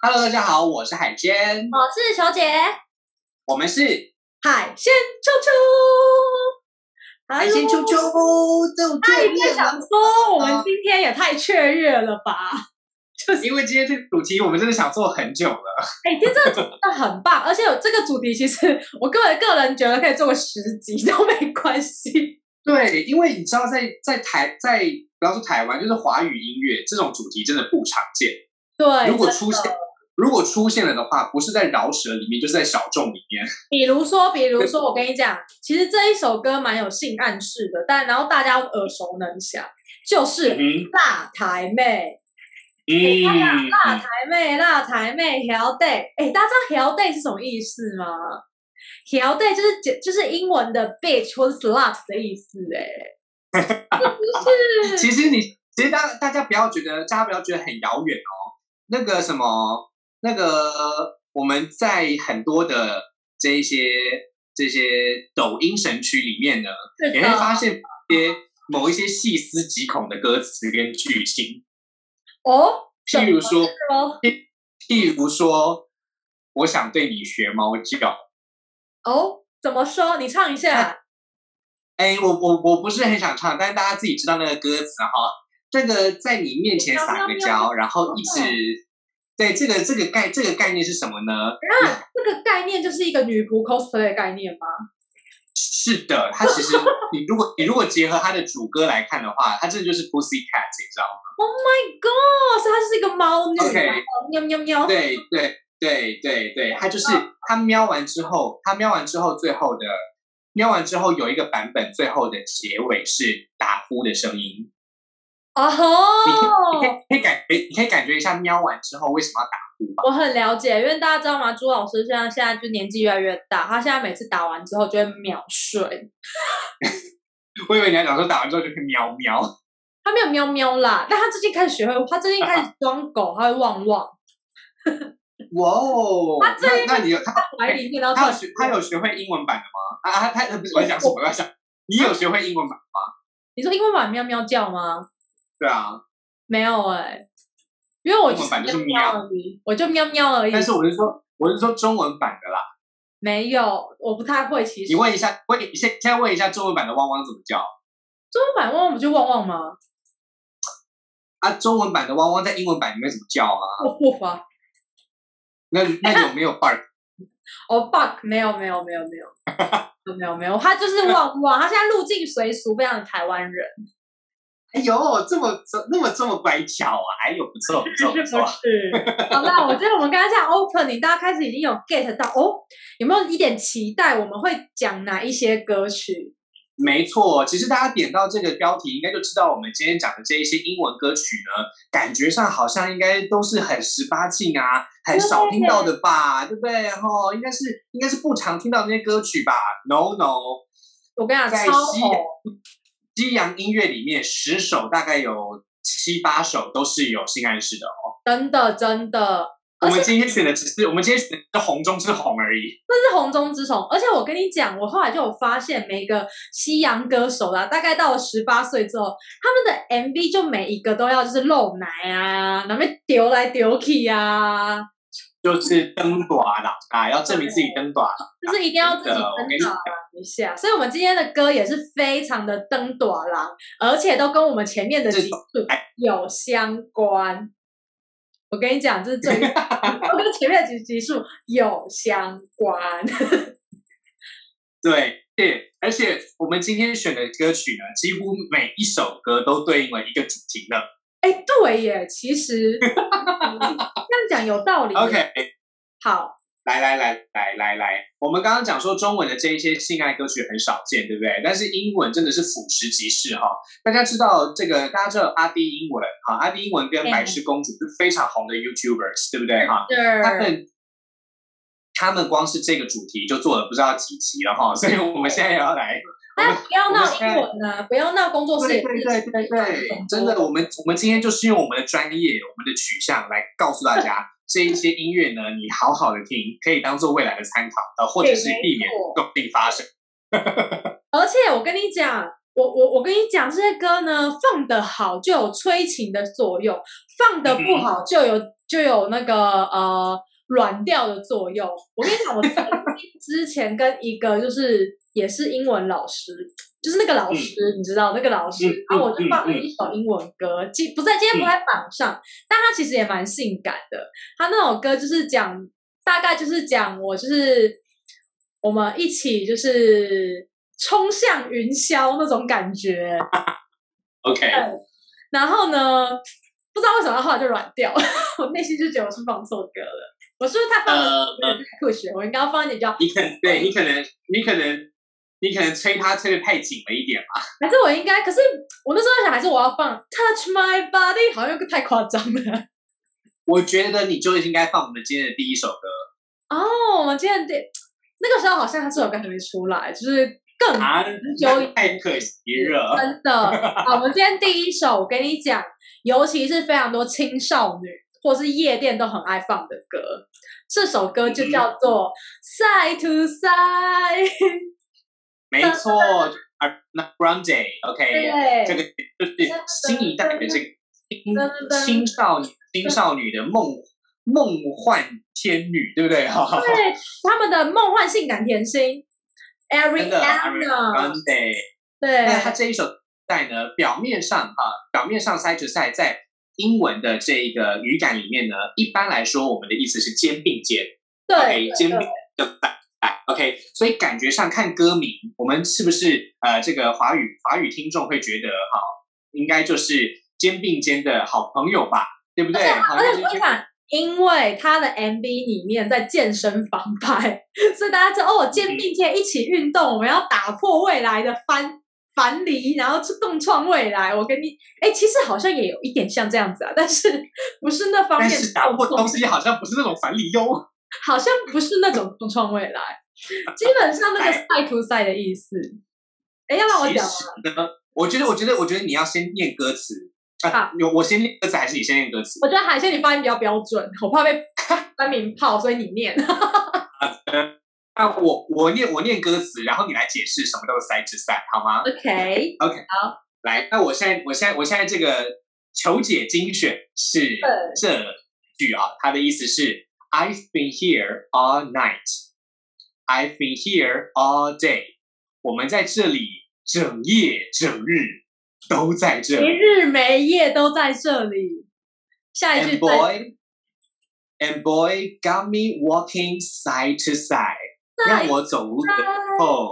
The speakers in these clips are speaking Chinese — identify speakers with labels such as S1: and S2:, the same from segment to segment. S1: Hello，大家好，我是海鲜，
S2: 我是球姐，
S1: 我们是
S2: 海鲜啾啾，
S1: 海鲜啾啾就见
S2: 哎呦。他一定
S1: 面
S2: 想
S1: 了。
S2: 说，我
S1: 嗯
S2: 们今天也太雀跃了吧？
S1: 因为今天这个主题，我们真的想做很久了。
S2: 哎，今天这个主题真的很棒， 而且这个主题其实我个人个人觉得可以做个十集都没关 系。
S1: 对，因为你知道在，在台在不要说台湾，就是华语音乐这种主题真的不常见。
S2: 对，
S1: 如果
S2: 真
S1: 出
S2: 的
S1: 现，如果出现了的话，不是在饶舌里面，就是在小众里面。
S2: 比如说，比如说，我跟你讲，其实这一首歌蛮有性暗示的，但然后大家耳熟能详，就是《
S1: 嗯
S2: 辣台妹哎
S1: 嗯，》，
S2: 辣台妹，辣台妹，调 day。哎，大家知道调 day 是什么意思吗？调 day 就是解就是英文的 bitch 或者 slut 的意思，哎，
S1: 其实你，其实大大家不要觉得，大家不要觉得很遥远哦。那个什么，那个我们在很多的这一些这些抖音神曲里面呢，
S2: 是
S1: 也会
S2: 的。
S1: 发现一些
S2: 嗯
S1: 某一些细思极恐的歌词跟剧情，
S2: 哦，什
S1: 譬如
S2: 么
S1: 说，
S2: 哦，
S1: 譬如说，我想对你学猫叫。
S2: 哦，怎么说？你唱一
S1: 啊
S2: 下。
S1: 哎，我我我不是很想唱，但是大家自己知道那个歌词哈。这个在你面前撒个娇，然后一直对这个这个概这个概念是什么呢？
S2: 那这个概念就是一个女仆 cosplay 的概念吗？
S1: 是的，它其实你如果你如果结合它的主歌来看的话，它真的就是 Pussy Cat，你知道吗？
S2: God，所以她哦就是一个猫女
S1: OK
S2: 然后喵喵喵。
S1: 对对对对对，它就是它喵完之后，它喵完之后最后的喵完之后有一个版本，最后的结尾是打呼的声音。
S2: 哦
S1: 你可以你可以
S2: 吼，
S1: 你可以感觉你可以感觉一下喵完之后为什么要打呼吧？
S2: 我很了解，因为大家知道吗？朱老师现在现在就年纪越来越大，他现在每次打完之后就会秒睡，
S1: 我以为你要讲说打完之后就可以喵喵。
S2: 他没有喵喵啦，但他最近开始学会，他最近
S1: 啊
S2: 开始装狗，他会汪汪，
S1: 哇 哦！
S2: 它这
S1: 那
S2: 一
S1: 那你有他
S2: 怀里面到
S1: 他
S2: 特
S1: 有学他有学会英文版的吗？啊，他他不是我在讲什么？我在讲你有学会英文版吗？
S2: 你说英文版喵喵叫吗？
S1: 对啊。
S2: 没有哎、因为我
S1: 英文版就是
S2: 喵
S1: 喵
S2: 而已，我就喵喵而已，
S1: 但是我是说，我是说中文版的啦。
S2: 没有，我不太会其实。
S1: 你问一下，问你现现在问一下中文版的汪汪怎么叫
S2: 中文版汪汪不就汪汪吗？
S1: 啊？中文版的汪汪在英文版里面怎么叫啊？
S2: 我不发，
S1: 那那有没有 bark？
S2: 哦 bug 没有没有没有没有 没有没有，他就是旺旺，他现在入境随俗，非常的台湾人，
S1: 哎呦，这么这那么这么乖巧啊！哎呦，不错不
S2: 是
S1: 错不 错。
S2: 是？ 好啦，我觉得我们刚才这样 opening，大家开始已经有 get 到哦，有没有一点期待我们会讲哪一些歌曲？
S1: 没错，其实大家点到这个标题，应该就知道我们今天讲的这一些英文歌曲呢，感觉上好像应该都是很十八禁啊，很少听到的吧，对不对？吼、应该是应该是不常听到的那些歌曲吧？No No，
S2: 我跟你讲，
S1: 在
S2: 啊超
S1: 西
S2: 红，
S1: 西洋音乐里面，十首大概有七八首都是有性暗示的哦。
S2: 真的真的，
S1: 我
S2: 而
S1: 们
S2: 且
S1: 今天选的只是我们今天选的是红中之红而已。
S2: 这是红中之虫。而且我跟你讲，我后来就有发现，每个西洋歌手啦，大概到了十八岁之后，他们的 MV 就每一个都要就是露奶啊，那边丢来丢去啊，
S1: 就是登短啦，啊，要证明自己登短啦。
S2: 就是一定要自己
S1: 真的我跟你
S2: 登
S1: 讲
S2: 短一下。所以，我们今天的歌也是非常的登短郎，而且都跟我们前面的
S1: 这
S2: 集数
S1: 哎
S2: 有相关。我跟你讲，这 是最都跟前面的集集数有相关。
S1: 对，对，而且我们今天选的歌曲呢，几乎每一首歌都对应了一个主题呢。
S2: 哎，对耶，其实嗯这样讲有道理。
S1: OK，
S2: 好，
S1: 来来来来来来，我们刚刚讲说中文的这一些性爱歌曲很少见，对不对？但是英文真的是俯拾即是哈、大家知道这个，大家知道阿迪英文哈，阿迪英文跟
S2: 嗯
S1: 白雪公主是非常红的 YouTubers，对不对哈？他
S2: 是
S1: 们他们光是这个主题就做了不知道几集了哈，所以我们现在也要来
S2: 那不要
S1: 我
S2: 闹
S1: 们现在
S2: 英文啊，不要闹工作室
S1: 对
S2: 也
S1: 对
S2: 是
S1: 对对对，真
S2: 哦
S1: 的，我们我们今天就是用我们的专业、我们的取向来告诉大 家，这一些音乐呢，你好好的听，可以当做未来的参考，呃，或者是避免
S2: 对没错
S1: 这种病发生。
S2: 而且我跟你讲，我我我跟你讲，这些歌呢放的好就有催情的作用，放的不好就有、就有那个呃软调的作用。我跟你讲，我曾经之前跟一个就是也是英文老师，就是那个老师、你知道那个老师，
S1: 嗯
S2: 然后我就
S1: 嗯
S2: 放了
S1: 嗯
S2: 一首英文歌，今、不在今天不在榜上，但他其实也蛮性感的。他那首歌就是讲，大概就是讲我就是我们一起就是冲向云霄那种感觉。
S1: OK，
S2: 嗯然后呢，不知道为什么后来就软掉了， 我内心就觉得我是放错歌了。我是不是太放了
S1: 呃，呃
S2: push？、我应该要放一点比较，
S1: 你可能对你可能你可能你可能催他催的太紧了一点吧。
S2: 还是我应该？可是我那时候在想，还是我要放 touch my body，好像又太夸张了。
S1: 我觉得你就应该放我们今天的第一首歌
S2: 哦，我们今天对那个时候好像他这首歌还没出来，就是更
S1: 啊，
S2: 有
S1: 太可惜 了。
S2: 真的，好，我们今天第一首，我跟你讲，尤其是非常多青少女或是夜店都很爱放的歌，这首歌就叫
S1: 嗯
S2: 做《Side to Side》。
S1: 没错，Ariana Grande，OK，
S2: 对，
S1: 这个就是新一代的这个
S2: 噔
S1: 青青少女 青少女的梦梦幻天女，对不对？哈，
S2: 对他们的梦幻性感甜心
S1: 真的
S2: Ariana，
S1: Ariana Grande。
S2: 对，啊
S1: 那他这一首带呢，表面上啊，表面上 side to side 在英文的这一个语感里面呢，一般来说我们的意思是肩并肩
S2: 对
S1: ，OK，，肩并就 OK，所以感觉上看歌名，我们是不是呃这个华语华语听众会觉得哈、应该就是肩并肩的好朋友吧，对不对？好，
S2: 而
S1: 那
S2: 且
S1: 就
S2: 我跟你讲，因为他的 MV 里面在健身房拍， 所以大家知道哦，肩并肩一起运动，我们要打破未来的藩藩篱，然后去共创未来。我跟你，哎，其实好像也有一点像这样子啊，但是不是那方面
S1: 但
S2: 的
S1: 是打破
S2: 共创
S1: 东西好像不是那种反理由。
S2: 好像不是那种共创未来，基本 上那个赛图赛的意思。哎，要不然我
S1: 哎其
S2: 讲
S1: 实
S2: 吗
S1: 呢，我觉得，我觉得，我觉得你要先念歌词啊
S2: 好！
S1: 有我先念歌词，还是你先念歌词？
S2: 我觉得海鲜你发音比较标准，我怕被三明炮，所以你 念。
S1: 那啊我我念我念歌词，然后你来解释什么叫做塞之塞，好吗？
S2: OK，
S1: 来，那我现在我现在我现在这个求解精选是这句啊，它的意思是 I've been here all night, I've been here all day，我们在这里整夜整日都在这
S2: 一
S1: 里。
S2: 日没夜都在这里。下一句
S1: And
S2: 再
S1: boy, and boy got me walking side to side，让我走路的时候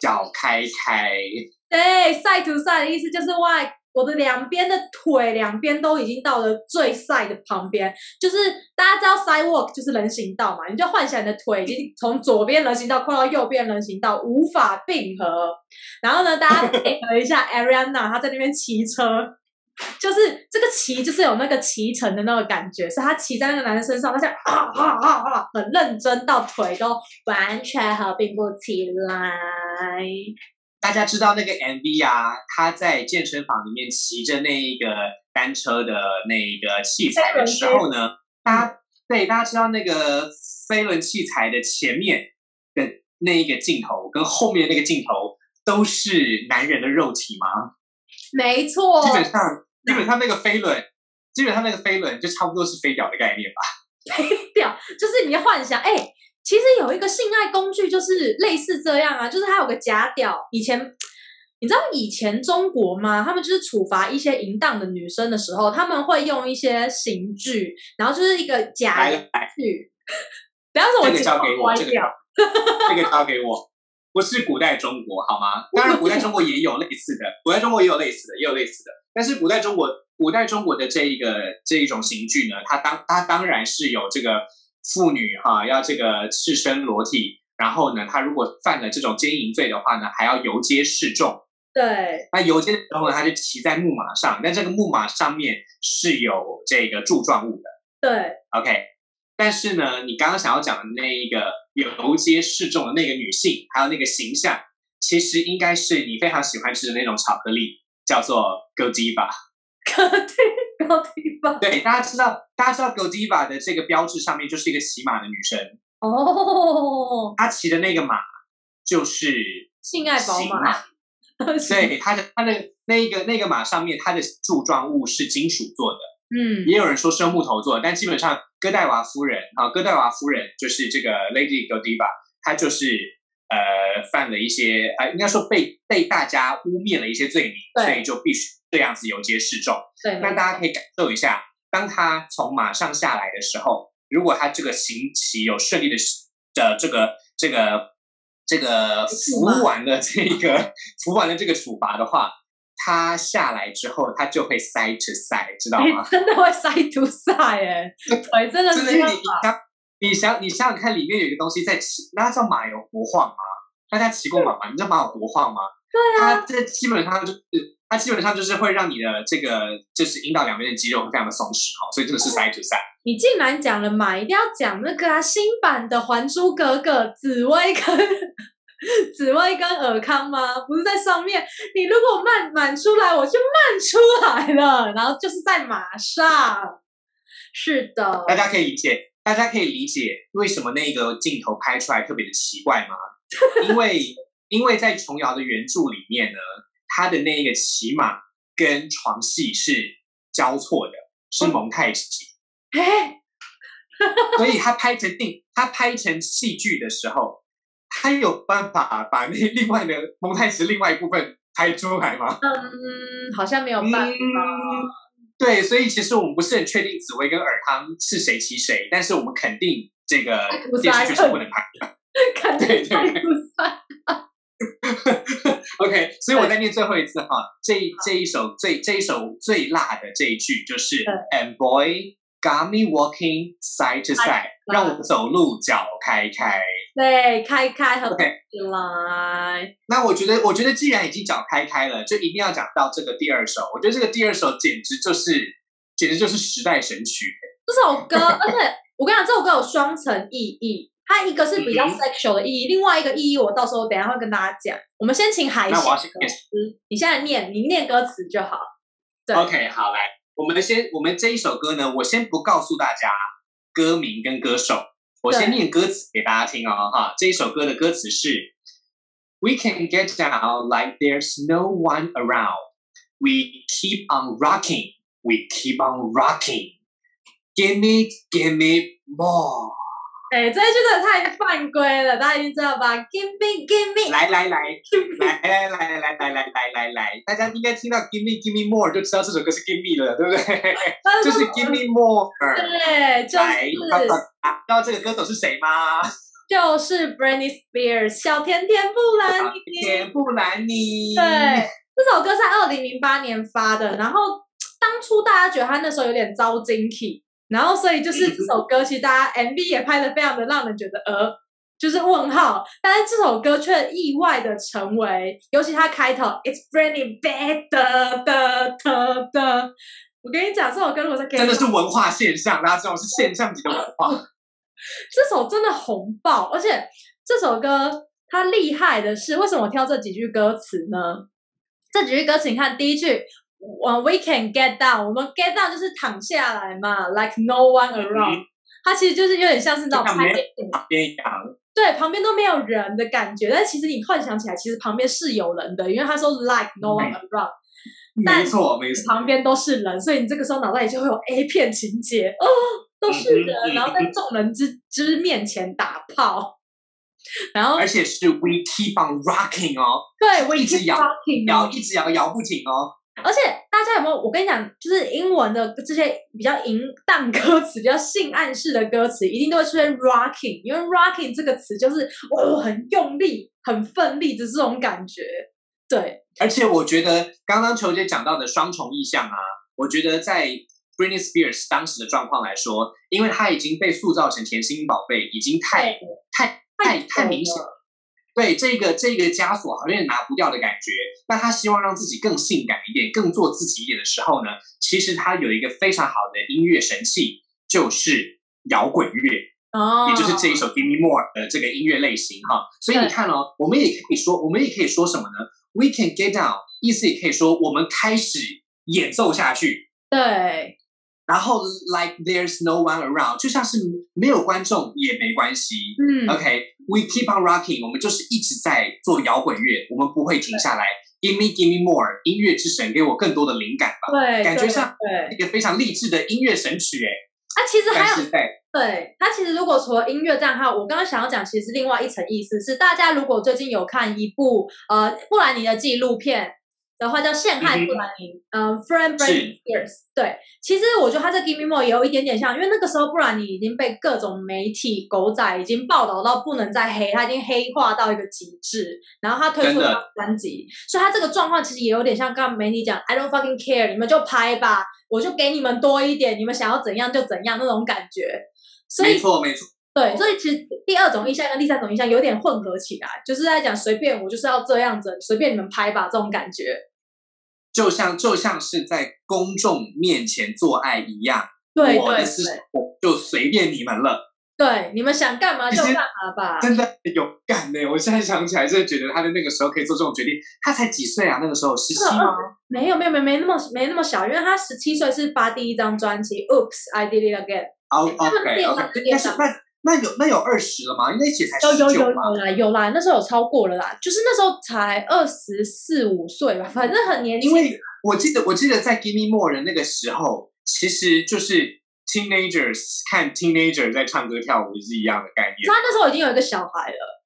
S1: 脚开开。
S2: 对晒图晒的意思就是外我的两边的腿两边都已经到了最晒的旁边，就是大家知道 sidewalk 就是人行道嘛，你就幻想你的腿已经从左边人行道跨到右边人行道，无法并合。然后呢，大家配合一下 Ariana，她在那边骑车。就是这个骑，就是有那个骑乘的那个感觉，是她骑在那个男生身上，她像啊啊啊啊，很认真到腿都完全合并不起来。
S1: 大家知道那个 MV 啊，他在健身房里面骑着那一个单车的那一个器材的时候呢，大家对大家知道那个飞轮器材的前面的那一个镜头跟后面那个镜头都是男人的肉体吗？
S2: 没错，
S1: 基本上基本上那个飞轮，基本上那个飞轮就差不多是飞屌的概念吧。
S2: 掉，就是你的幻想。哎、其实有一个性爱工具就是类似这样啊，就是它有个假屌。以前你知道以前中国吗？他们就是处罚一些淫荡的女生的时候，他们会用一些刑具，然后就是一个假
S1: 来
S2: 阳
S1: 来来，
S2: 具。不要说 我
S1: 这个
S2: 节
S1: 交
S2: 奏
S1: 给我
S2: 歪
S1: 这个
S2: 掉
S1: 这个交给我。不是古代中国好吗？当然，古代中国也有类似的， 古代中国也有类似的，也有类似的。但是古代中国，古代中国的这一个这一种刑具呢，它当它当然是有这个妇女哈、要这个赤身裸体，然后呢，她如果犯了这种奸淫罪的话呢，还要游街示众。
S2: 对，
S1: 那游街的时候呢，他就骑在木马上，但这个木马上面是有这个柱状物的。
S2: 对，
S1: OK，但是呢，你刚刚想要讲的那一个游街示众的那个女性，还有那个形象，其实应该是你非常喜欢吃的那种巧克力，叫做 Godiva。
S2: 各地高地方
S1: 对，大家知道，大家知道 Godiva 的这个标志上面就是一个骑马的女生，
S2: 哦，
S1: 她骑的那个马就是
S2: 性爱宝
S1: 行啊
S2: 马，
S1: 对，它的它的那一个那个马上面，它的柱状物是金属做的，
S2: 嗯，
S1: 也有人说是木头做的，但基本上哥戴娃夫人啊，哥戴娃夫人就是这个 Lady Godiva，她就是呃犯了一些呃，应该说被被大家污蔑了一些罪名，
S2: 对
S1: 所以就必须这样子游街示众。
S2: 对，
S1: 那大家可以感受一下，当他从马上下来的时候，如果他这个行棋有顺利的的这个这个这个服
S2: 处罚
S1: 完了这个服完了这个处罚的话，他下来之后他就会塞吃塞，知道
S2: 哎
S1: 吗？
S2: 真的会塞吐塞 哎，腿真的
S1: 真的
S2: 没
S1: 是
S2: 办
S1: 你
S2: 法。
S1: 想你想你想想看，里面有一个东西在骑，那叫马有国晃吗？大家骑过马吗？你知道马有国晃吗？
S2: 对啊，
S1: 它这基本上就是它基本上就是会让你的这个就是阴道两边的肌肉会非常的松弛哦，所以真的是塞吃塞。
S2: 你竟然讲了马，一定要讲那个啊，新版的《还珠格格》，紫薇跟紫薇跟尔康吗？不是在上面，你如果慢满出来，我就慢出来了，然后就是在马上。是的，
S1: 大家可以理解，大家可以理解为什么那个镜头拍出来特别的奇怪吗？因为因为在琼瑶的原著里面呢，他的那个骑马跟床戏是交错的，是蒙太奇，
S2: 哎，
S1: 所以他拍成电，他拍成戏剧的时候，他有办法把那另外的蒙太奇另外一部分拍出来吗？
S2: 嗯，好像没有办法。
S1: 嗯对，所以其实我们不是很确定紫薇跟尔康是谁骑谁，但是我们肯定这个
S2: 不是
S1: 电视剧是
S2: 啊
S1: 不能拍 的。
S2: 看
S1: 对对
S2: 你塞吐塞，
S1: OK，所以我再念最后一次哈，这一这一首最这一首最辣的这一句就是
S2: 对
S1: And boy got me walking side to side，让我走路脚开开。
S2: 对，开开合
S1: OK
S2: 起来，
S1: 那我觉得，我觉得既然已经脚开开了，就一定要讲到这个第二首。我觉得这个第二首简直就是，简直就是时代神曲。
S2: 这首歌，而且我跟你讲，这首歌有双层意义，它一个是比较
S1: 嗯
S2: sexual 的意义，另外一个意义我到时候等一下会跟大家讲。我们先请海
S1: 那
S2: 信
S1: 我要
S2: 老师
S1: 先念，
S2: 你现在念，你念歌词就好。对
S1: OK，好，来，我们先，我们这一首歌呢，我先不告诉大家歌名跟歌手，我先
S2: 对
S1: 念歌词给大家听哦，哈，这一首歌的歌词是：We can get down like there's no one around. We keep on rocking, we keep on rocking. Give me, give me more.
S2: 哎，这一句真的太犯规了，大家一定知道吧？Give me, give me，
S1: 来来来来来来来来来来来来，大家应该听到 Give me, give me more 就知道这首歌是 Give me 了，对不对？
S2: 但
S1: 就是 Give me more。
S2: 对，就
S1: 来，
S2: 是
S1: 知道这个歌手是谁吗？
S2: 就是 Britney Spears 小甜甜布兰妮。
S1: 田布兰妮。
S2: 对，这首歌在二零零八年发的，然后当初大家觉得他那时候有点糟精体，然后所以
S1: 嗯
S2: 就是这首歌，其实大家 MV 也拍的非常的让人觉得呃，就是问号，但是这首歌却意外的成为，尤其它开头 It's Brandy Bad 的的的的，我跟你讲，这首歌如果在给
S1: 真的是文化现象，大家知道是现象级的文化。
S2: 这首真的红爆，而且这首歌它厉害的是，为什么我挑这几句歌词呢？这几句歌词，你看第一句，呃，We can get down，我们 get down 就是躺下来嘛，like no one around，、它其实就是有点像是那种
S1: 嗯就像没
S2: 拍
S1: 有
S2: 电影
S1: 旁边养
S2: 对，旁边都没有人的感觉，但其实你幻想起来，其实旁边是有人的，因为他说 like no one around，但
S1: 没错没错，
S2: 旁边都是人，所以你这个时候脑袋里就会有 A 片情节哦，都是人，
S1: 嗯嗯嗯
S2: 然后在众人之之面前打炮，然后
S1: 而且是 We keep on rocking 哦，
S2: 对我已
S1: 哎一直
S2: 经
S1: 摇
S2: fucking
S1: 摇一直摇摇不停哦。
S2: 而且大家有没有？我跟你讲，就是英文的这些比较淫荡歌词、比较性暗示的歌词，一定都会出现 rocking，因为 rocking 这个词就是哦，很用力、很奋力的这种感觉。对，
S1: 而且我觉得刚刚球姐讲到的双重意象啊，我觉得在 Britney Spears 当时的状况来说，因为她已经被塑造成甜心宝贝，已经太太太太明显
S2: 了。
S1: 对这个这个枷锁好像也拿不掉的感觉。那他希望让自己更性感一点，更做自己一点的时候呢，其实他有一个非常好的音乐神器，就是摇滚乐，
S2: 哦，
S1: 也就是这一首《Give Me More》的这个音乐类型哈。所以你
S2: 对
S1: 看哦，我们也可以说，我们也可以说什么呢？We can get down，意思也可以说我们开始演奏下去，
S2: 对
S1: 然后 like there's no one around，就像是没有观众也没关系。
S2: 嗯
S1: OK，we、keep on rocking，我们就是一直在做摇滚乐，我们不会停下来， Give me, give me more，音乐之神给我更多的灵感吧。
S2: 对，
S1: 感觉
S2: 对
S1: 上
S2: 对。
S1: 一个非常励志的音乐神曲，哎，
S2: 啊，其实
S1: 但
S2: 还有
S1: 是在
S2: 对它其实如果除了音乐这样，还有我刚刚想要讲，其实另外一层意思是，大家如果最近有看一部呃布兰妮的纪录片的话，叫《陷害
S1: 嗯哼
S2: 布兰妮》，嗯、呃、，Friend
S1: 是
S2: Britney Spears。对，其实我觉得他在《Give Me More》也有一点点像，因为那个时候布兰妮已经被各种媒体狗仔已经报道到不能再黑，他已经黑化到一个极致，然后他推出
S1: 真的
S2: 了专辑，所以他这个状况其实也有点像刚刚媒体讲，I don't fucking care，你们就拍吧，我就给你们多一点，你们想要怎样就怎样那种感觉。所以
S1: 没错没错，
S2: 对，所以其实第二种印象跟第三种印象有点混合起来，就是在讲随便我就是要这样子，随便你们拍吧这种感觉。
S1: 就像就像是在公众面前做爱一样，
S2: 对
S1: 我
S2: 对
S1: 的私
S2: 对
S1: 生活就随便你们了。
S2: 对，你们想干嘛就
S1: 其
S2: 干
S1: 实
S2: 嘛吧。
S1: 真的有感呢、我现在想起来，真的觉得他的那个时候可以做这种决定。他才几岁啊？那个时候十七
S2: 二
S1: 吗？
S2: 没有没有没有没那么没那么小，因为他十七岁是发第一张专辑《Oops I Did It Again
S1: 哦
S2: 他们
S1: ，OK
S2: 变
S1: OK，
S2: 了变
S1: 但
S2: 了
S1: 是那那有那有二十了吗？那也才》。
S2: 有
S1: 十
S2: 有有
S1: 九嘛。
S2: 有啦有啦，那时候有超过了啦，就是那时候才二十四五岁吧，反正很年轻。
S1: 因为我记得我记得在 Give Me More 的那个时候，其实就是 teenagers 看 teenager 在唱歌跳舞是一样的概念
S2: 他那时候已经有一个小孩了。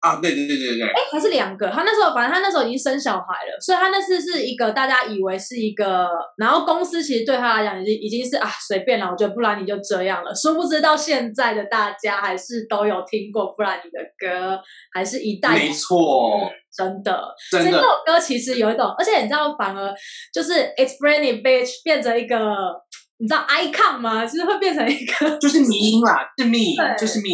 S1: 啊。对对对对对，
S2: 还是两个，他那时候反正他那时候已经生小孩了，所以他那次是一个大家以为是一个，然后公司其实对他来讲已经已经是啊随便了，我觉得布兰妮就这样了。殊不知到现在的大家还是都有听过布兰妮的歌，还是一代
S1: 没错，
S2: 真的。所
S1: 真
S2: 以这
S1: 的
S2: 首歌其实有一种，而且你知道，反而就是 It's Brandy Bitch 变成一个。你知道 icon 吗？就是会变成一个
S1: 就是迷音啦，是迷，
S2: 对
S1: 就是迷，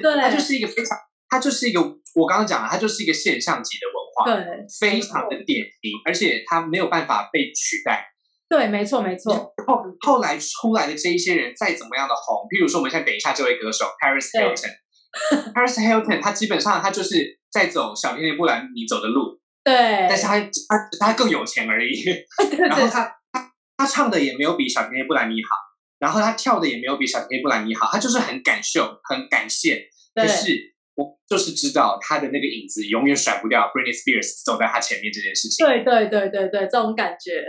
S2: 对
S1: 它就是一个非常，它就是一个我刚刚讲了，它就是一个现象级的文化。
S2: 对
S1: 非常的典型，而且它没有办法被取代。
S2: 对，没错没错。
S1: 后
S2: 嗯
S1: 后来出来的这一些人再怎么样的红，譬如说我们现在等一下这位歌手 Paris
S2: 对
S1: Hilton，Paris Hilton 他基本上他就是在走小甜甜布兰妮走的路，
S2: 对，
S1: 但是他他他更有钱而已。
S2: 对对
S1: 然后
S2: 对
S1: 他他他唱的也没有比小甜甜布兰妮好，然后他跳的也没有比小甜甜布兰妮好，他就是很感秀，很感谢。可
S2: 对
S1: 是我就是知道他的那个影子永远甩不掉 Britney Spears 走在他前面这件事情。
S2: 对对对对对，这种感觉。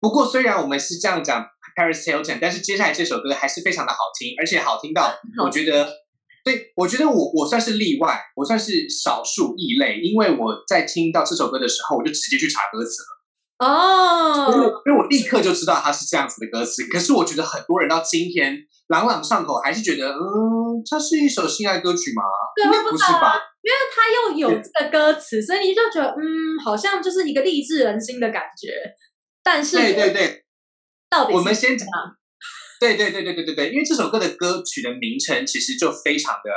S1: 不过，虽然我们是这样讲 Paris Hilton，但是接下来这首歌还是非常的好听，而且好听到
S2: 好
S1: 我觉得，对我觉得我我算是例外，我算是少数异类，因为我在听到这首歌的时候，我就直接去查歌词了，因为
S2: 哦，
S1: 因为我立刻就知道它是这样子的歌词。可是我觉得很多人到今天朗朗上口，还是觉得，嗯，它是一首性爱歌曲吗？
S2: 对，
S1: 应
S2: 会
S1: 该
S2: 不
S1: 不
S2: 知
S1: 是
S2: 道啊
S1: 吧？，
S2: 因为他又有这个歌词，所以你就觉得嗯，好像就是一个励志人心的感觉。但是
S1: 对对对，
S2: 到底是
S1: 我们先
S2: 怎
S1: 讲
S2: 样
S1: 对对对对对对对，因为这首歌的歌曲的名称其实就非常的、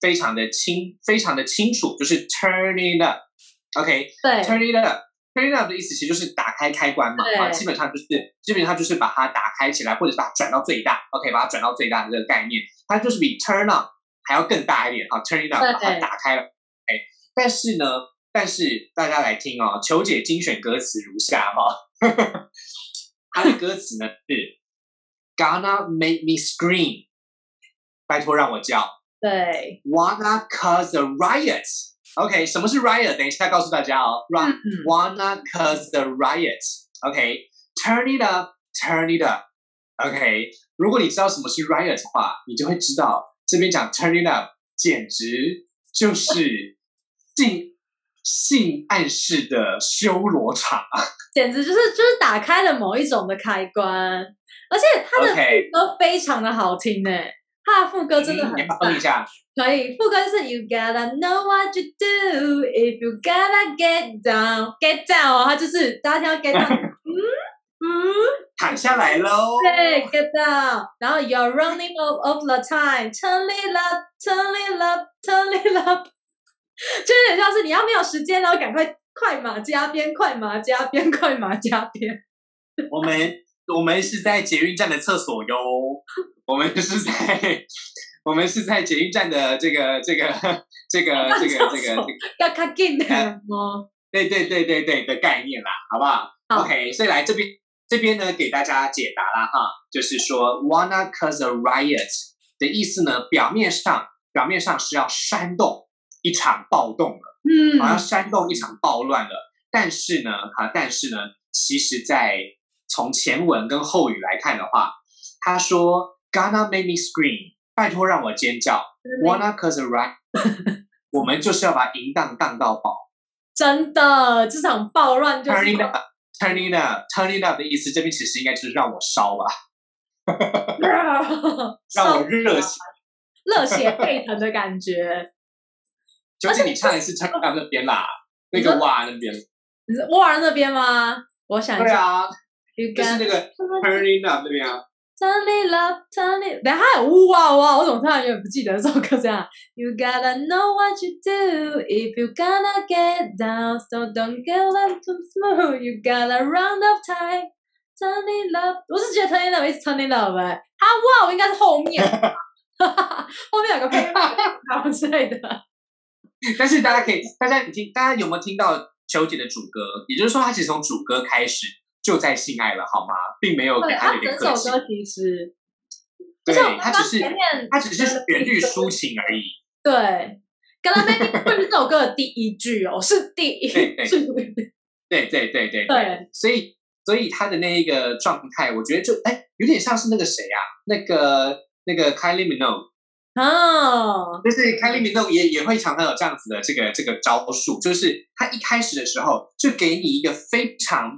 S1: 非常的清、非常的清楚，就是 Turn It Up，OK，Turn、
S2: 对
S1: It Up。Turn it up 的意思其实就是打开开关嘛，
S2: 对
S1: 啊，基本上就是基本上就是把它打开起来，或者是把它转到最大，OK，把它转到最大的这个概念，它就是比 turn up 还要更大一点啊，turn it up
S2: 对
S1: 把它打开了，哎，但是呢，但是大家来听哦，球姐精选歌词如下哈、哦，它的歌词呢是 Gonna make me scream，拜托让我叫
S2: 对，
S1: ，Wanna cause a riot。OK，什么是 riot？等一下告诉大家哦。Run、
S2: 嗯，
S1: wanna cause the riot。OK，turn、it up，turn it up。OK，如果你知道什么是 riot 的话，你就会知道这边讲 turn it up 简直就是性性暗示的修罗场。啊
S2: 简直就是就是打开了某一种的开关，而且他的
S1: OK 嗯
S2: 副歌非常的好听呢、他的副歌真的很
S1: 你要不要
S2: 赞
S1: 哼一下，
S2: 可以，副歌就是 You gotta know what you do if you gotta get down, get down 哦，它就是大家听到 get down，嗯嗯，
S1: 躺下来喽。
S2: 对，get down，然后 You're running out of the time, turn it up, turn it up, turn it up，就有点像是你要没有时间了，赶快快马加鞭，快马加鞭，快马加鞭，
S1: 我们我们是在捷运站的厕所哟，我们是在我们是在捷运站的这个这个这个这个这个这个
S2: 要卡紧的
S1: 哎
S2: 哦，
S1: 对对对对对的概念啦，好不好
S2: 好
S1: o k 所以来这边这边呢，给大家解答啦哈，就是说 wanna cause a riot 的意思呢，表面上表面上是要煽动一场暴动了，
S2: 嗯
S1: 好，像煽动一场暴乱了，但是呢，啊，但是呢，其实，在从前文跟后语来看的话，他说 “Gonna make me scream”，拜托让我尖叫，“Wanna cause a riot”，我们就是要把淫荡荡到爆
S2: 真的这场暴乱就是
S1: ，“turn it up”，“turn it up”，“turn it up” 的意思，这边其实应该就是让我烧吧，让我热血。
S2: 热血沸腾的感觉。
S1: 就是你唱一次 turn up 那边啦，那个哇那边，
S2: 你是沃尔那边吗？我想一
S1: 对
S2: 下，
S1: 啊，
S2: You
S1: 就是那
S2: got
S1: 个 turn it up 那边啊。
S2: turn it up, turn it。等一下还有呜哇哇，我怎么突然有点不记得这首歌这样？You gotta know what you do if you gonna get down, so don't get left too smooth. You gotta round up tight. Turn it up，我是觉得 turn it up 一直 turn it up 哎、他哇，我应该是后面， 后面有个配乐然后之 类的。
S1: 但是大家可以，大家你听，大家有没有听到球姐的主歌？也就是说，她其实从主歌开始就在性爱了，好吗？并没有给
S2: 对，
S1: 她
S2: 他
S1: 有点客
S2: 整
S1: 气
S2: 首，歌其实，而且我
S1: 对
S2: 们刚
S1: 她只
S2: 刚
S1: 是
S2: 前面
S1: 她只是
S2: 真的
S1: 旋律
S2: 听
S1: 抒情而已。
S2: 对《Gonna Make Me Scream》这首歌的第一句哦， 是第一
S1: 对
S2: 句
S1: 对，对对对对
S2: 对
S1: 所以所以她的那一个状态，我觉得就哎，有点像是那个谁啊，那个那个 Kylie Minogue。
S2: 哦，
S1: 就是 Kylie Minogue 也也会常常有这样子的这个这个招数，就是他一开始的时候就给你一个非常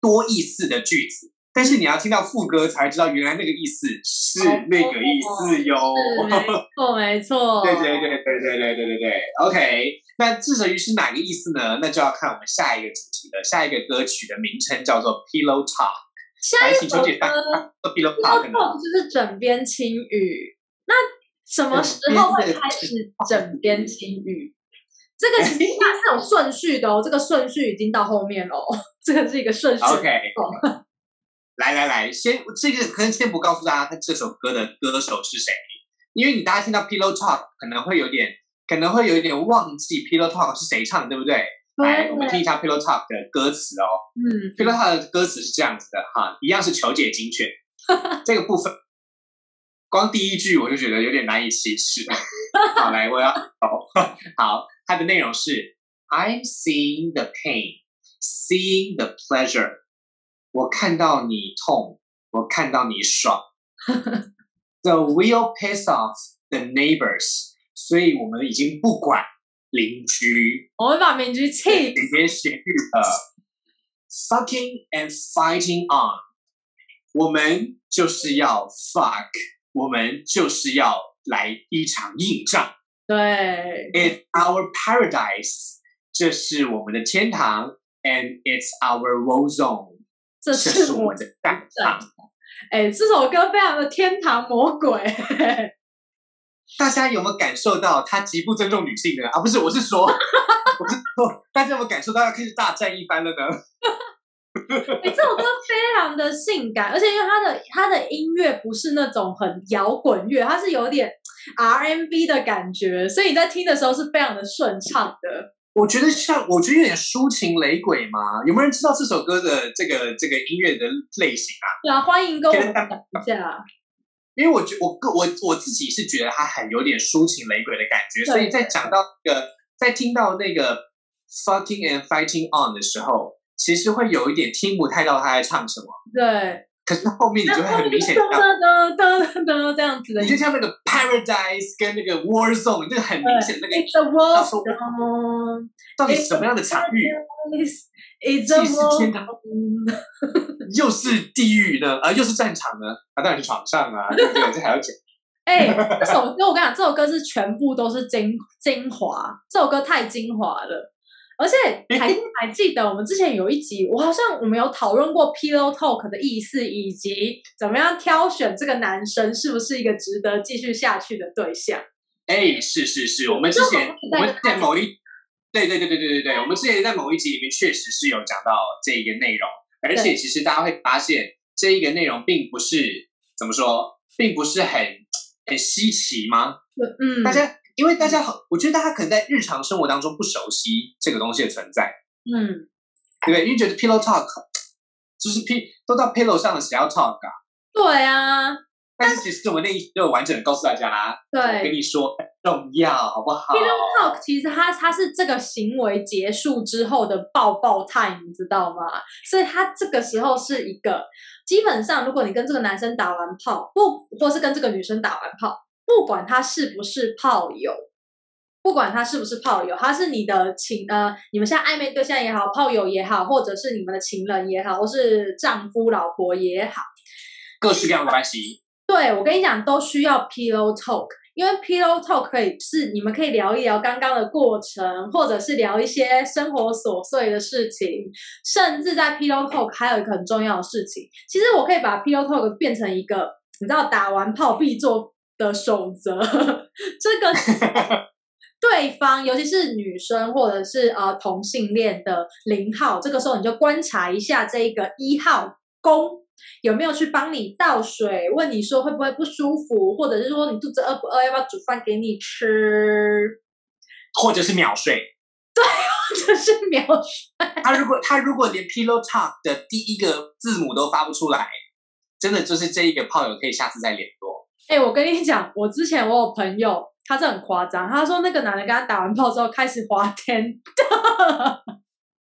S1: 多意思的句子，但是你要听到副歌才知道原来那个意思是
S2: 哦
S1: 那个意思哟。
S2: 是没错没错，
S1: 哦 对对对对对对对对对，OK。那至于是哪个意思呢？那就要看我们下一个主题了。下一个歌曲的名称叫做 Pillow Talk，
S2: 下一
S1: 来
S2: 首
S1: 请秋姐翻
S2: 歌
S1: 呃 Pillow
S2: 《
S1: Talk 呢？
S2: Love》就是枕边轻语，那什么时候会开始枕边轻语？这个其实 它是有顺序的哦，这个顺序已经到后面喽，这个是一个顺序。
S1: OK，来 来来，先这个可能先不告诉大家他这首歌的歌手是谁，因为你大家听到 Pillow Talk 可能会有点，可能会有一点忘记 Pillow Talk 是谁唱的，对不对？来，我们听一下 Pillow Talk 的歌词哦。
S2: 嗯，
S1: Pillow Talk 的歌词是这样子的哈，一样是求解精 确，这个部分光第一句我就觉得有点难以启齿。好，来，我要哦，好，它的内容是 I'm seeing the pain, seeing the pleasure。我看到你痛，我看到你 爽。So we'll piss off the neighbors，所以我们已经不管邻居。
S2: 我会把名句气
S1: 里面写日呃，fucking and fighting on，我们就是要 fuck，我们就是要来一场硬仗。
S2: 对
S1: It's our paradise，这是我们的天堂，and it's our war zone，
S2: 这
S1: 这
S2: 是
S1: 是我
S2: 我
S1: 们的战场。
S2: 哎、这首歌非常的天堂魔鬼，
S1: 大家有没有感受到他极不尊重女性呢？啊，不是，我是说，我是说，大家有没有感受到要开始大战一番了呢？
S2: 哎、这首歌非常的性感，而且因为它的它的音乐不是那种很摇滚乐，它是有点 R N B 的感觉，所以你在听的时候是非常的顺畅的。
S1: 我觉得像，我觉得有点抒情雷鬼嘛。有没有人知道这首歌的这个这个音乐的类型啊？
S2: 对啊，欢迎跟我
S1: 天
S2: 们讲一下。
S1: 因为我觉我个我我自己是觉得它很有点抒情雷鬼的感觉，
S2: 对
S1: 所以在讲到那个在听到那个 fucking and fighting on 的时候，其实会有一点听不太到他在唱什么，
S2: 对，
S1: 可是后面你就会很明显
S2: 噔
S1: 到，
S2: 噔噔噔噔这样子的
S1: 你。就像那个 paradise 跟那个 war zone，就很明显那个
S2: It's a w o r
S1: 到
S2: s
S1: 时候
S2: t zone.
S1: 到底什么样的场域，
S2: It's it's
S1: 既
S2: a
S1: 是
S2: w o r
S1: 天堂
S2: zone.
S1: 又是地狱呢，啊、又是战场呢，啊当然是床上啊，对不对？这还要讲。
S2: 哎、这首歌我跟你讲，这首歌是全部都是精精华，这首歌太精华了。而且还还记得我们之前有一集，我好像我们有讨论过 pillow talk 的意思，以及怎么样挑选这个男生是不是一个值得继续下去的对象。
S1: 哎，是是是，我们之
S2: 这
S1: 前
S2: 好像是
S1: 我
S2: 在
S1: 们之前某一，对对对对对对对，我们之前在某一集里面确实是有讲到这一个内容，而且
S2: 对
S1: 其实大家会发现这一个内容并不是怎么说，并不是很很稀奇吗？
S2: 嗯，
S1: 大家因为大家好，我觉得大家可能在日常生活当中不熟悉这个东西的存在，
S2: 嗯，
S1: 对不对？因为觉得 pillow talk 就是 p 都到 pillow 上了，谁要 talk 啊？
S2: 对啊，
S1: 但是其实我们那一集就完整的告诉大家啦，我跟
S2: 对
S1: 你说很重要，好不好？
S2: ，freedom talk 其实它它是这个行为结束之后的抱抱态，你知道吗？所以它这个时候是一个，基本上如果你跟这个男生打完炮，不或是跟这个女生打完炮，不管他是不是炮友。不管他是不是炮友，他是你的情呃，你们现在暧昧对象也好，炮友也好，或者是你们的情人也好，或是丈夫、老婆也好，
S1: 各式各样的关系，
S2: 对，我跟你讲，都需要 pillow talk，因为 pillow talk 可以是你们可以聊一聊刚刚的过程，或者是聊一些生活琐碎的事情，甚至在 pillow talk 还有一个很重要的事情，其实我可以把 pillow talk 变成一个你知道打完炮必做的守则， 这个是对方，尤其是女生或者是呃同性恋的零号，这个时候你就观察一下这个一号公有没有去帮你倒水，问你说会不会不舒服，或者是说你肚子饿不饿，要不要煮饭给你吃，
S1: 或者是秒睡。
S2: 这是描述。
S1: 他如果他如果连 pillow talk 的第一个字母都发不出来，真的就是这一个炮友可以下次再联络。
S2: 哎、我跟你讲，我之前我有朋友，他是很夸张，他说那个男的跟他打完炮之后开始滑天，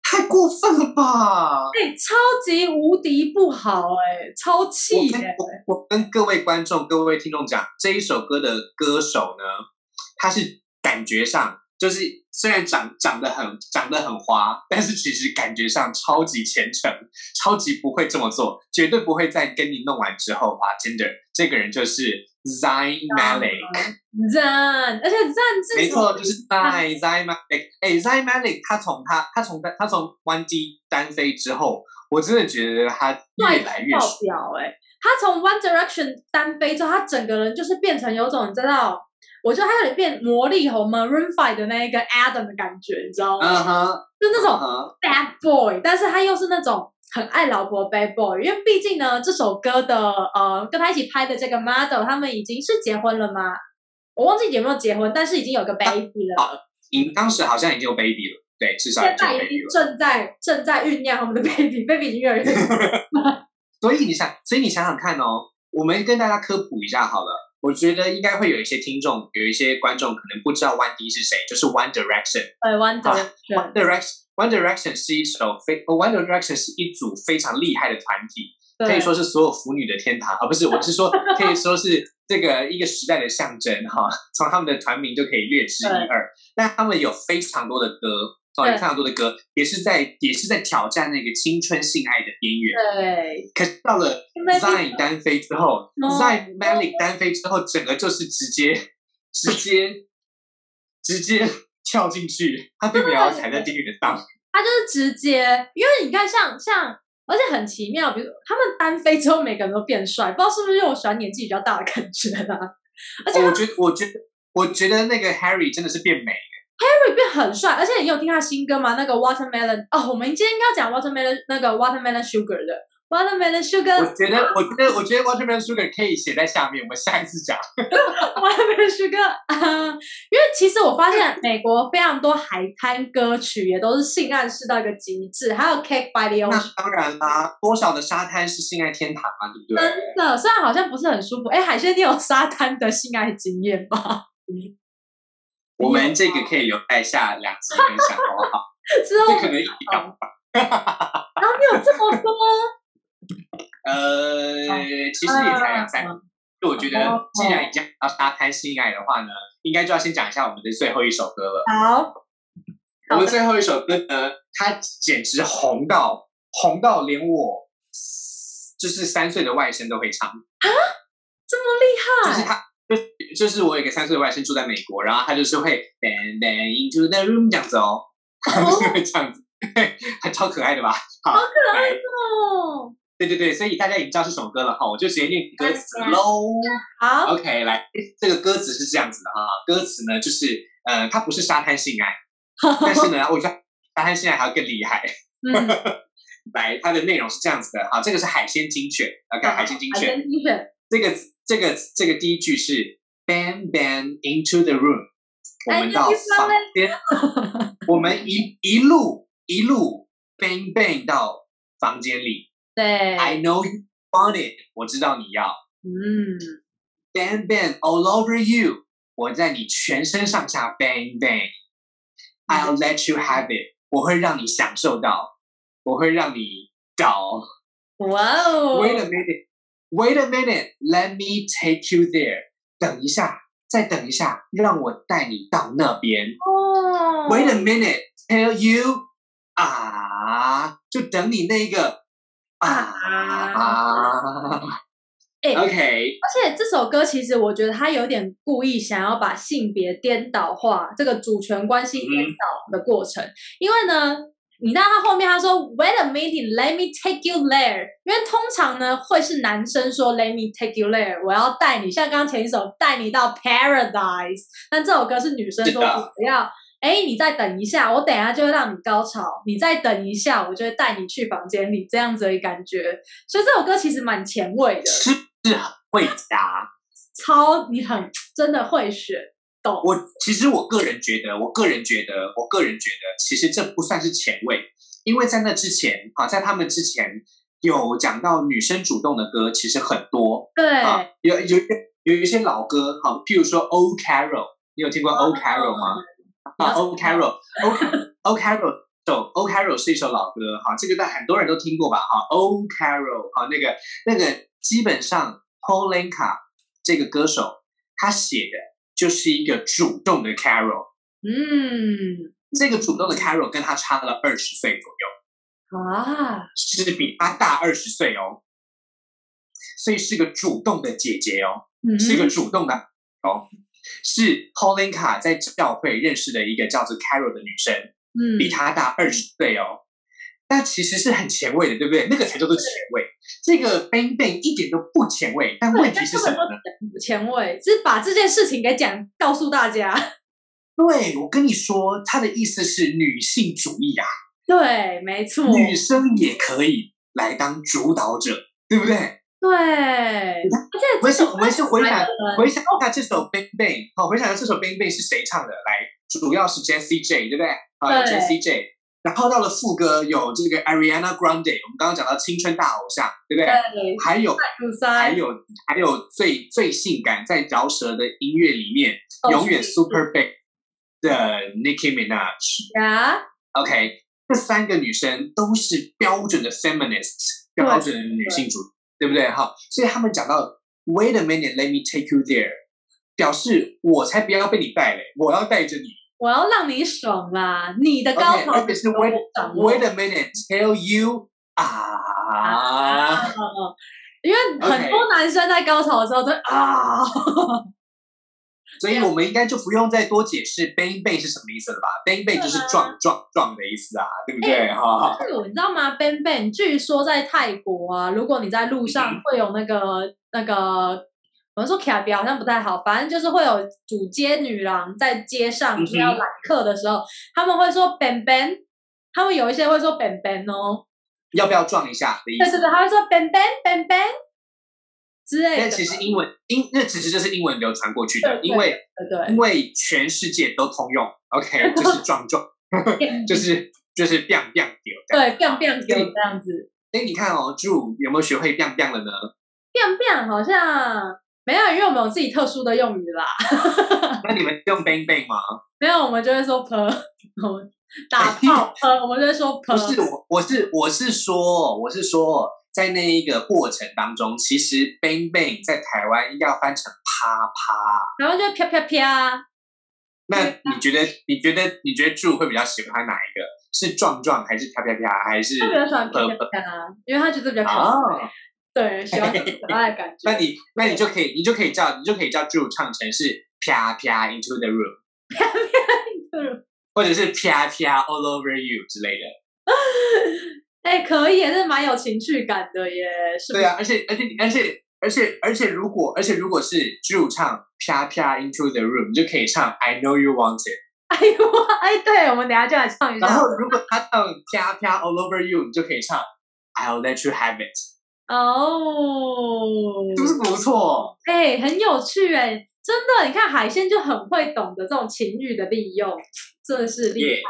S1: 太过分了吧！
S2: 哎、超级无敌不好、哎，超气、
S1: 我跟
S2: 哎，
S1: 我我跟各位观众、各位听众讲，这一首歌的歌手呢，他是感觉上就是虽然长长得很长得很花，但是其实感觉上超级虔诚，超级不会这么做，绝对不会在跟你弄完之后花。真的，这个人就是 Zayn Malik。
S2: 赞，而且赞自
S1: 没
S2: 从
S1: 错，就是
S2: 啊
S1: Zayn Zayn Malik。哎，Zayn Malik，他从他他从他从 One D 单飞之后，我真的觉得他
S2: 帅
S1: 越来越
S2: 爆
S1: 帅
S2: 表哎、他从 One Direction 单飞之后，他整个人就是变成有种你知道，我觉得他有点变魔力红 Maroon Five 的那一个 Adam 的感觉，你知道吗
S1: 嗯哼，
S2: 就那
S1: 嗯
S2: 种
S1: 哼。
S2: bad boy，但是他又是那种很爱老婆 bad boy，因为毕竟呢，这首歌的呃跟他一起拍的这个 model 他们已经是结婚了吗？我忘记有没有结婚，但是已经有
S1: 啊
S2: 个 baby 了，
S1: 你当时好像已经有 baby 了，对，至少已
S2: 现
S1: 经
S2: 在
S1: 有
S2: 已
S1: baby
S2: 经
S1: 了。
S2: 正在正在酝酿他们的 baby，baby 已经越来 越
S1: 所以你想，所以你想想看哦，我们跟大家科普一下好了。我觉得应该会有一些听众，有一些观众可能不知道 One D 是谁，就是 One Direction。
S2: 对 One
S1: 好
S2: Direction，
S1: One Direction One Direction 是一首非呃 One Direction 是一组非常厉害的团体，
S2: 对
S1: 可以说是所有腐女的天堂啊，不是，我是 说可以说是这个一个时代的象征哈。从他们的团名就可以略知一
S2: 对
S1: 二。但他们有非常多的歌，哦，有
S2: 对
S1: 非常多的歌，也是在也是在挑战那个青春性爱的边缘。
S2: 对
S1: 可是到了 Zayn 单飞之后
S2: 哦
S1: ，Zayn Malik 单飞之后，整个就是直接、直接、直接跳进去，他并没有要踩在地狱的上。
S2: 他就是直接，因为你看像像，而且很奇妙，比如他们单飞之后，每个人都变帅，不知道是不是因为我喜欢年纪比较大的感觉啊啦、 而且
S1: 哦
S2: 他
S1: 我觉得，我觉得，我觉得那个 Harry 真的是变美，
S2: Harry 变很帅，而且你有听他新歌吗？那个 Watermelon 哦，我们今天应该要讲 Watermelon 那个 Watermelon Sugar 的 Watermelon
S1: 我
S2: Sugar
S1: 觉得，我觉得，我觉得 Watermelon Sugar 可以写在下面，我们下一次 讲。
S2: Watermelon Sugar 啊、因为其实我发 现美国非常多海滩歌曲也都是性暗示到一个极致，还有 Cake by the
S1: 那
S2: Ocean。
S1: 当然啦，多少的沙滩是性爱天堂啊，对不对？
S2: 真的，虽然好像不是很舒服。哎，海鲜，你有沙滩的性爱经验吗？
S1: 我们这个可以留在下两集分享，好不 好？
S2: 之后
S1: 这可能一两
S2: 然后你有这么多，
S1: 呃， 其实也才两三
S2: 嗯
S1: 就我觉得，既然已经要沙滩性爱的话呢，应该就要先讲一下我们的最后一首歌了。
S2: 啊
S1: 我
S2: 好，好
S1: 们
S2: 的，
S1: 最后一首歌呢，它简直红到红到连我就是三岁的外甥都会唱，
S2: 这
S1: 就
S2: 么厉
S1: 是
S2: 害，
S1: 他。就是就是我有一个三岁的外甥住在美国，然后他就是会 bang bang into the room 这样子哦，他就是会这样子， 还超可爱的吧？好可爱
S2: 哦，
S1: 对对对，所以大家已经知道是什么歌了哈，我就直接念歌词喽。
S2: 好，
S1: OK，来，这个歌词是这样子的啊，歌词呢就是，呃，它不是沙滩性爱，但是呢，我觉得沙滩性爱还要更厉害。
S2: 嗯，
S1: 来，它的内容是这样子的，好，这个是海鲜精选，OK，海鲜精
S2: 海
S1: 选，
S2: 鲜精选，
S1: 这个这个这个第一句是 bang bang into the room，我
S2: 哎
S1: 们
S2: 那
S1: 到
S2: 你说
S1: 房间，我们一一路一路 bang bang 到房间里
S2: 对，
S1: ，I know you want it，我知道你要
S2: 嗯，
S1: Bang bang all over you，我在你全身上下 bang bang。I'll let you have it，我会让你享受到，我会让你到。
S2: 哇哦
S1: Wait a minute, wait a minute, let me take you there。等一下，再等一下，让我带你到那边。
S2: 哦
S1: Wait a minute, tell you 啊，就等你那个啊。
S2: 哎
S1: OK，
S2: 而且这首歌其实我觉得他有点故意想要把性别颠倒化，这个主权关系颠倒的过程，因为呢。你知道他后面他说 Wait a minute, let me take you there，因为通常呢会是男生说 Let me take you there，我要带你，像刚刚前一首带你到 Paradise，但这首歌是女生说
S1: 是的
S2: 我要，哎，你再等一下，我等一下就会让你高潮，你再等一下，我就会带你去房间里这样子的感觉，所以这首歌其实蛮前卫的。
S1: 是不是很会答？
S2: 超你很真的会选，懂？
S1: 我其实我个人觉得，我个人觉得，我个人觉得，其实这不算是前卫，因为在那之前，啊，在他们之前有讲到女生主动的歌，其实很多
S2: 对，
S1: 啊，有有有一些老歌，好、譬如说 O Carol，你有听过 O Carol 吗？啊，O Carol，O O Carol 首 O Carol 是一首老歌，哈，这个在很多人都听过吧，哈，O Carol，哈，那个那个基本上 Polenka 这个歌手他写的就是一个主动的 Carol，
S2: 嗯
S1: 这个主动的 Carol 跟他差了二十岁左右，
S2: 啊，
S1: 是比他大二十岁哦，所以是个主动的姐姐哦。
S2: 嗯
S1: 是一个主动的哦，是 Polinka 在教会认识的一个叫做 Carol 的女生，
S2: 嗯
S1: 比她大二十岁哦。那其实是很前卫的，对不对？那个才叫做前卫。这个 Bang Bang 一点都不前卫，但问题是什么呢？
S2: 前卫，就是把这件事情给讲告诉大家，
S1: 对我跟你说，他的意思是女性主义啊，
S2: 对，没错，
S1: 女生也可以来当主导者，对不对？
S2: 对，而且
S1: 我们是我们是回想
S2: 来的人
S1: 回想一下这首《Bang Bang》，好，回想一下这首《Bang Bang》是谁唱的？来，主要是 Jessie J，对不对？啊有
S2: 对
S1: ，Jessie J。然后到了副歌有这个 Ariana Grande，我们刚刚讲到青春大偶像，对不对？
S2: 对，
S1: 还有
S2: 鲁
S1: 还
S2: 塞
S1: 有还有最最性感在饶舌的音乐里面，
S2: 哦
S1: 永远 Super Big 的 Nicki Minaj。
S2: 呀，
S1: OK，这三个女生都是标准的 feminist，
S2: 对
S1: 标准的女性主义，对不对？哈，所以他们讲到 “Wait a minute, let me take you there”，表示我才不要被你带嘞，我要带着你。
S2: 我要让你爽啦，你的高
S1: OK，
S2: 潮
S1: 而且是
S2: 由我
S1: “Wait
S2: 掌握
S1: wait a minute, tell you 啊
S2: 啊， 因为很
S1: OK
S2: 多男生在高潮的时候都啊，
S1: 所以我们应该就不用再多解释 “bang bang” 是什么意思了吧？“bang bang”
S2: 啊
S1: 就是撞撞撞的意思啊，对不
S2: 哎
S1: 对？哈，
S2: 这个你知道吗？Bang Bang，据说在泰国啊，如果你在路上
S1: 嗯
S2: 会有那个、那个，我们说卡比好像不太好，反正就是会有主街女郎在街上
S1: 嗯哼
S2: 就是要揽客的时候，他们会说 Bang Bang，他们有一些会说 Bang Bang 哦，
S1: 要不要撞一下的意
S2: 对
S1: 思？
S2: 对对，他会说 Bang Bang Bang Bang 之类的。
S1: 但其实英文英那其实就是英文流传过去的，
S2: 对对
S1: 因为
S2: 对
S1: 因
S2: 对
S1: 为全世界都通用，OK，就是 撞撞， 就是就是 biang biang 丢，
S2: 对 biang biang
S1: 所以
S2: 有这样子
S1: 所以你看哦，Drew 有没有学会 biang biang 了呢？
S2: ，biang biang 好像没有，因为我们有自己特殊的用语啦，嗯
S1: 那你们用 bang bang 吗？
S2: 没有我们就会说 p，我们打炮 p，我们就会说 p。
S1: 哎不是，我我是我是说，哦我是说，在那一个过程当中，其实 bang bang 在台湾应该要翻成啪啪。
S2: 然后就啪啪啪，
S1: 那
S2: 对
S1: 你觉得你觉得你觉得 Drew 会比较喜欢哪一个？是撞撞还是啪啪啪还是
S2: 他比较喜欢啪啪
S1: 呃
S2: 啪，因为他觉得比较可爱，
S1: 啊？
S2: 对，喜欢这种可爱的感觉。
S1: 那你那你就可以，你就可以叫你就可以叫 Drew 唱成是啪啪 into the room，
S2: 嗯
S1: 或者是啪啪 all over you 之类的。
S2: 哎、可以耶，这蛮有情趣感的耶，是不
S1: 对
S2: 是？
S1: 啊，而且而且而且而且而且，如果而且如果是 Drew 唱啪啪 into the room，你就可以唱 I know you want it。
S2: 哎呦，哎，对，我们等一下就来唱一下
S1: 然。后如果他唱啪啪 all over you，你就可以唱 I'll let you have it，
S2: 哦，
S1: 是不是不错？
S2: 哎、很有趣哎，真的，你看海鲜就很会懂得这种情欲的利用，真的是厉害
S1: Yeah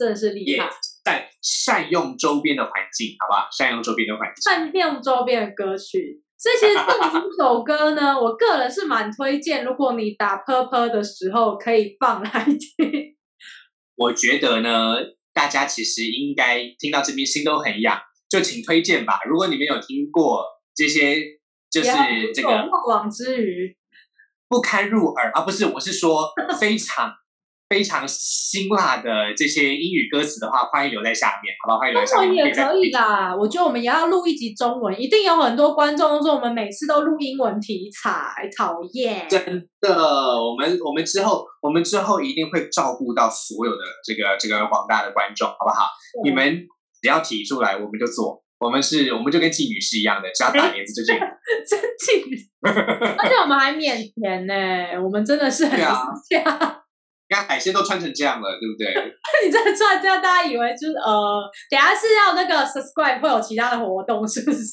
S2: 真的是厉害。
S1: Yeah 但善用周边的环境，好不好？善用周边的环境。
S2: 善用周边的歌曲。所以其实这几首歌呢，我个人是蛮推荐，如果你打 purple 的时候可以放来听。
S1: 我觉得呢，大家其实应该听到这边心都很痒，就请推荐吧。如果你们有听过这些，就是这
S2: 也好
S1: 个嗯
S2: 不错漏网之鱼，
S1: 不堪入耳啊，不是，我是 说非常非常辛辣的这些英语歌词的话，欢迎留在下面，好不好？欢迎留在下
S2: 中文
S1: 面。
S2: 也可以
S1: 的。
S2: 啦。我觉得我们也要录一集中文，一定有很多观众说我们每次都录英文题材，讨厌。
S1: 真的，我们我们之后我们之后一定会照顾到所有的这个这个广大的观众，好不好？你们只要提出来，我们就做。我们是，我们就跟妓女是一样的，只要
S2: 哎
S1: 打帘子 就进。
S2: 真气人，而且我们还免钱呢、我们真的是很
S1: 对啊
S2: 廉价。
S1: 你看海鲜都穿成这样了，对不对？
S2: 你这突然这样，大家以为就是呃，等一下是要那个 subscribe 会有其他的活动，是不是？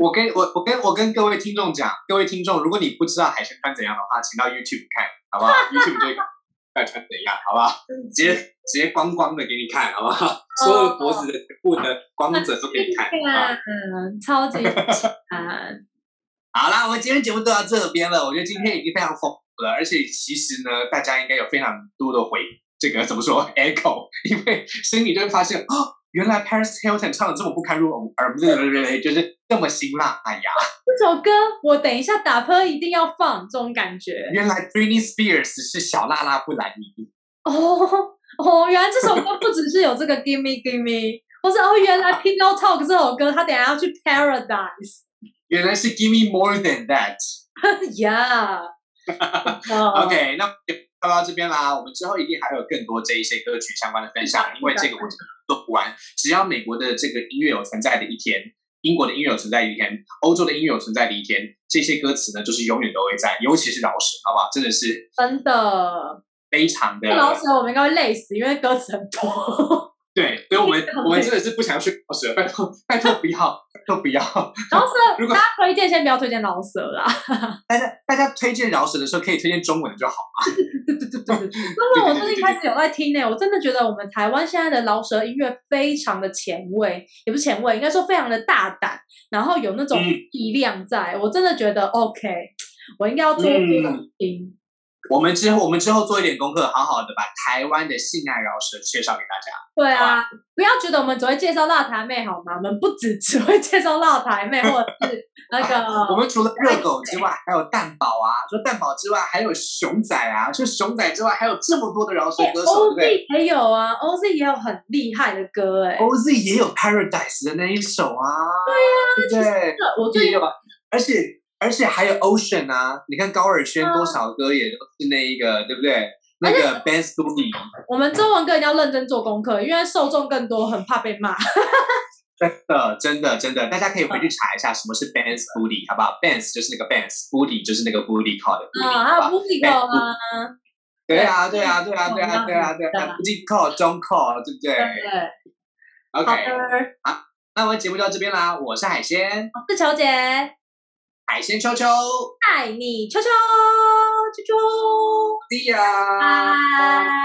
S1: 我跟我我跟我跟各位听众讲，各位听众，如果你不知道海鲜穿怎样的话，请到 YouTube 看，好不好？YouTube 就要穿怎样，好不好？直接直接光光的给你看，好不好？所有的脖子的部的光泽都给你看。好不好
S2: 啊，嗯，超级啊，
S1: 好啦，我们今天节目就到这边了。我觉得今天已经非常丰富了，而且其实呢，大家应该有非常多的回这个怎么说 echo，因 为心里就会发现哦，原来 Paris Hilton 唱的这么不堪入耳，不是不是不是，就是这么辛辣。哎呀，
S2: 这首歌我等一下打喷一定要放，这种感觉
S1: 原来 Britney Spears 是小辣辣布兰妮。
S2: 哦哦，原来这首歌不只是有这个 gimme gimme，或是哦，原来 Pillow Talk 这首歌，他等一下要去 Paradise
S1: 原来是 Give me more than that。
S2: 呀、yeah.
S1: OK，那就聊到这边啦。我们之后一定还会有更多这一些歌曲相关的分享，因为这个我真的做不完。只要美国的这个音乐有存在的一天，英国的音乐有存在的一天，欧洲的音乐有存在的一天，这些歌词呢，就是永远都会在，尤其是饶舌，好不好？真的是
S2: 真的，
S1: 非常的
S2: 这老舍我们应该会累死，因为歌词很 多。
S1: 对，所以我们
S2: 非常
S1: 我们真 的是不想去饶舌，拜托拜托不要，拜托不 要。
S2: 老舍，
S1: 如果
S2: 大家推荐先不要推荐老舍啦，
S1: 大家大家推荐饶舌的时候，可以推荐中文就好。
S2: 对对对对对，真的，我最近开始有在听呢、我真的觉得我们台湾现在的饶舌音乐非常的前卫，也不是前卫，应该说非常的大胆，然后有那种
S1: 嗯
S2: 力量在，我真的觉得 OK，我应该要多多
S1: 嗯
S2: 听。
S1: 我们之后我们之后做一点功课，好好的把台湾的性爱饶舌介绍给大家。
S2: 对啊，不要觉得我们只会介绍辣台妹好吗？我们不只只会介绍辣台妹，或者是那
S1: 我
S2: 个
S1: 们除了热狗之外，还有蛋堡啊，除了蛋堡之外，还有熊仔啊，除了熊仔之外，还有这么多的饶舌歌手，对不对
S2: OZ 也有啊，OZ 也有很厉害的歌哎、
S1: ？OZ 也有 Paradise 的那一首啊，对呀、对
S2: 这我
S1: 不对？
S2: 最
S1: 也有啊，而且而且还有 Ocean 啊，你看高尔宣多少歌也都是那一个，对不对？那个 Ben s t o o n
S2: 我们中文歌一定要认真做功课，因为受众更多，很怕被骂。
S1: 真的呃真的真的，大家可以回
S2: 嗯
S1: 去查一下什么是 Ben s t o o n 好不好？Ben s 就是那个 Ben s t o o n 就是那个 booty call 的 booty，、好
S2: 啊，
S1: 不
S2: 还
S1: 好
S2: 有 Musical 啊，
S1: 对啊，对啊，对啊，对啊，
S2: 嗯
S1: 对啊，对
S2: 对
S1: 啊
S2: 啊
S1: ，booty call 中 call，对不对
S2: 对，
S1: ？OK，
S2: 好的，
S1: 那我们节目就到这边啦，我是海鲜，
S2: 我是乔姐，
S1: 海鲜秋秋
S2: 爱你，秋秋，秋秋，
S1: ，See ya，
S2: 拜。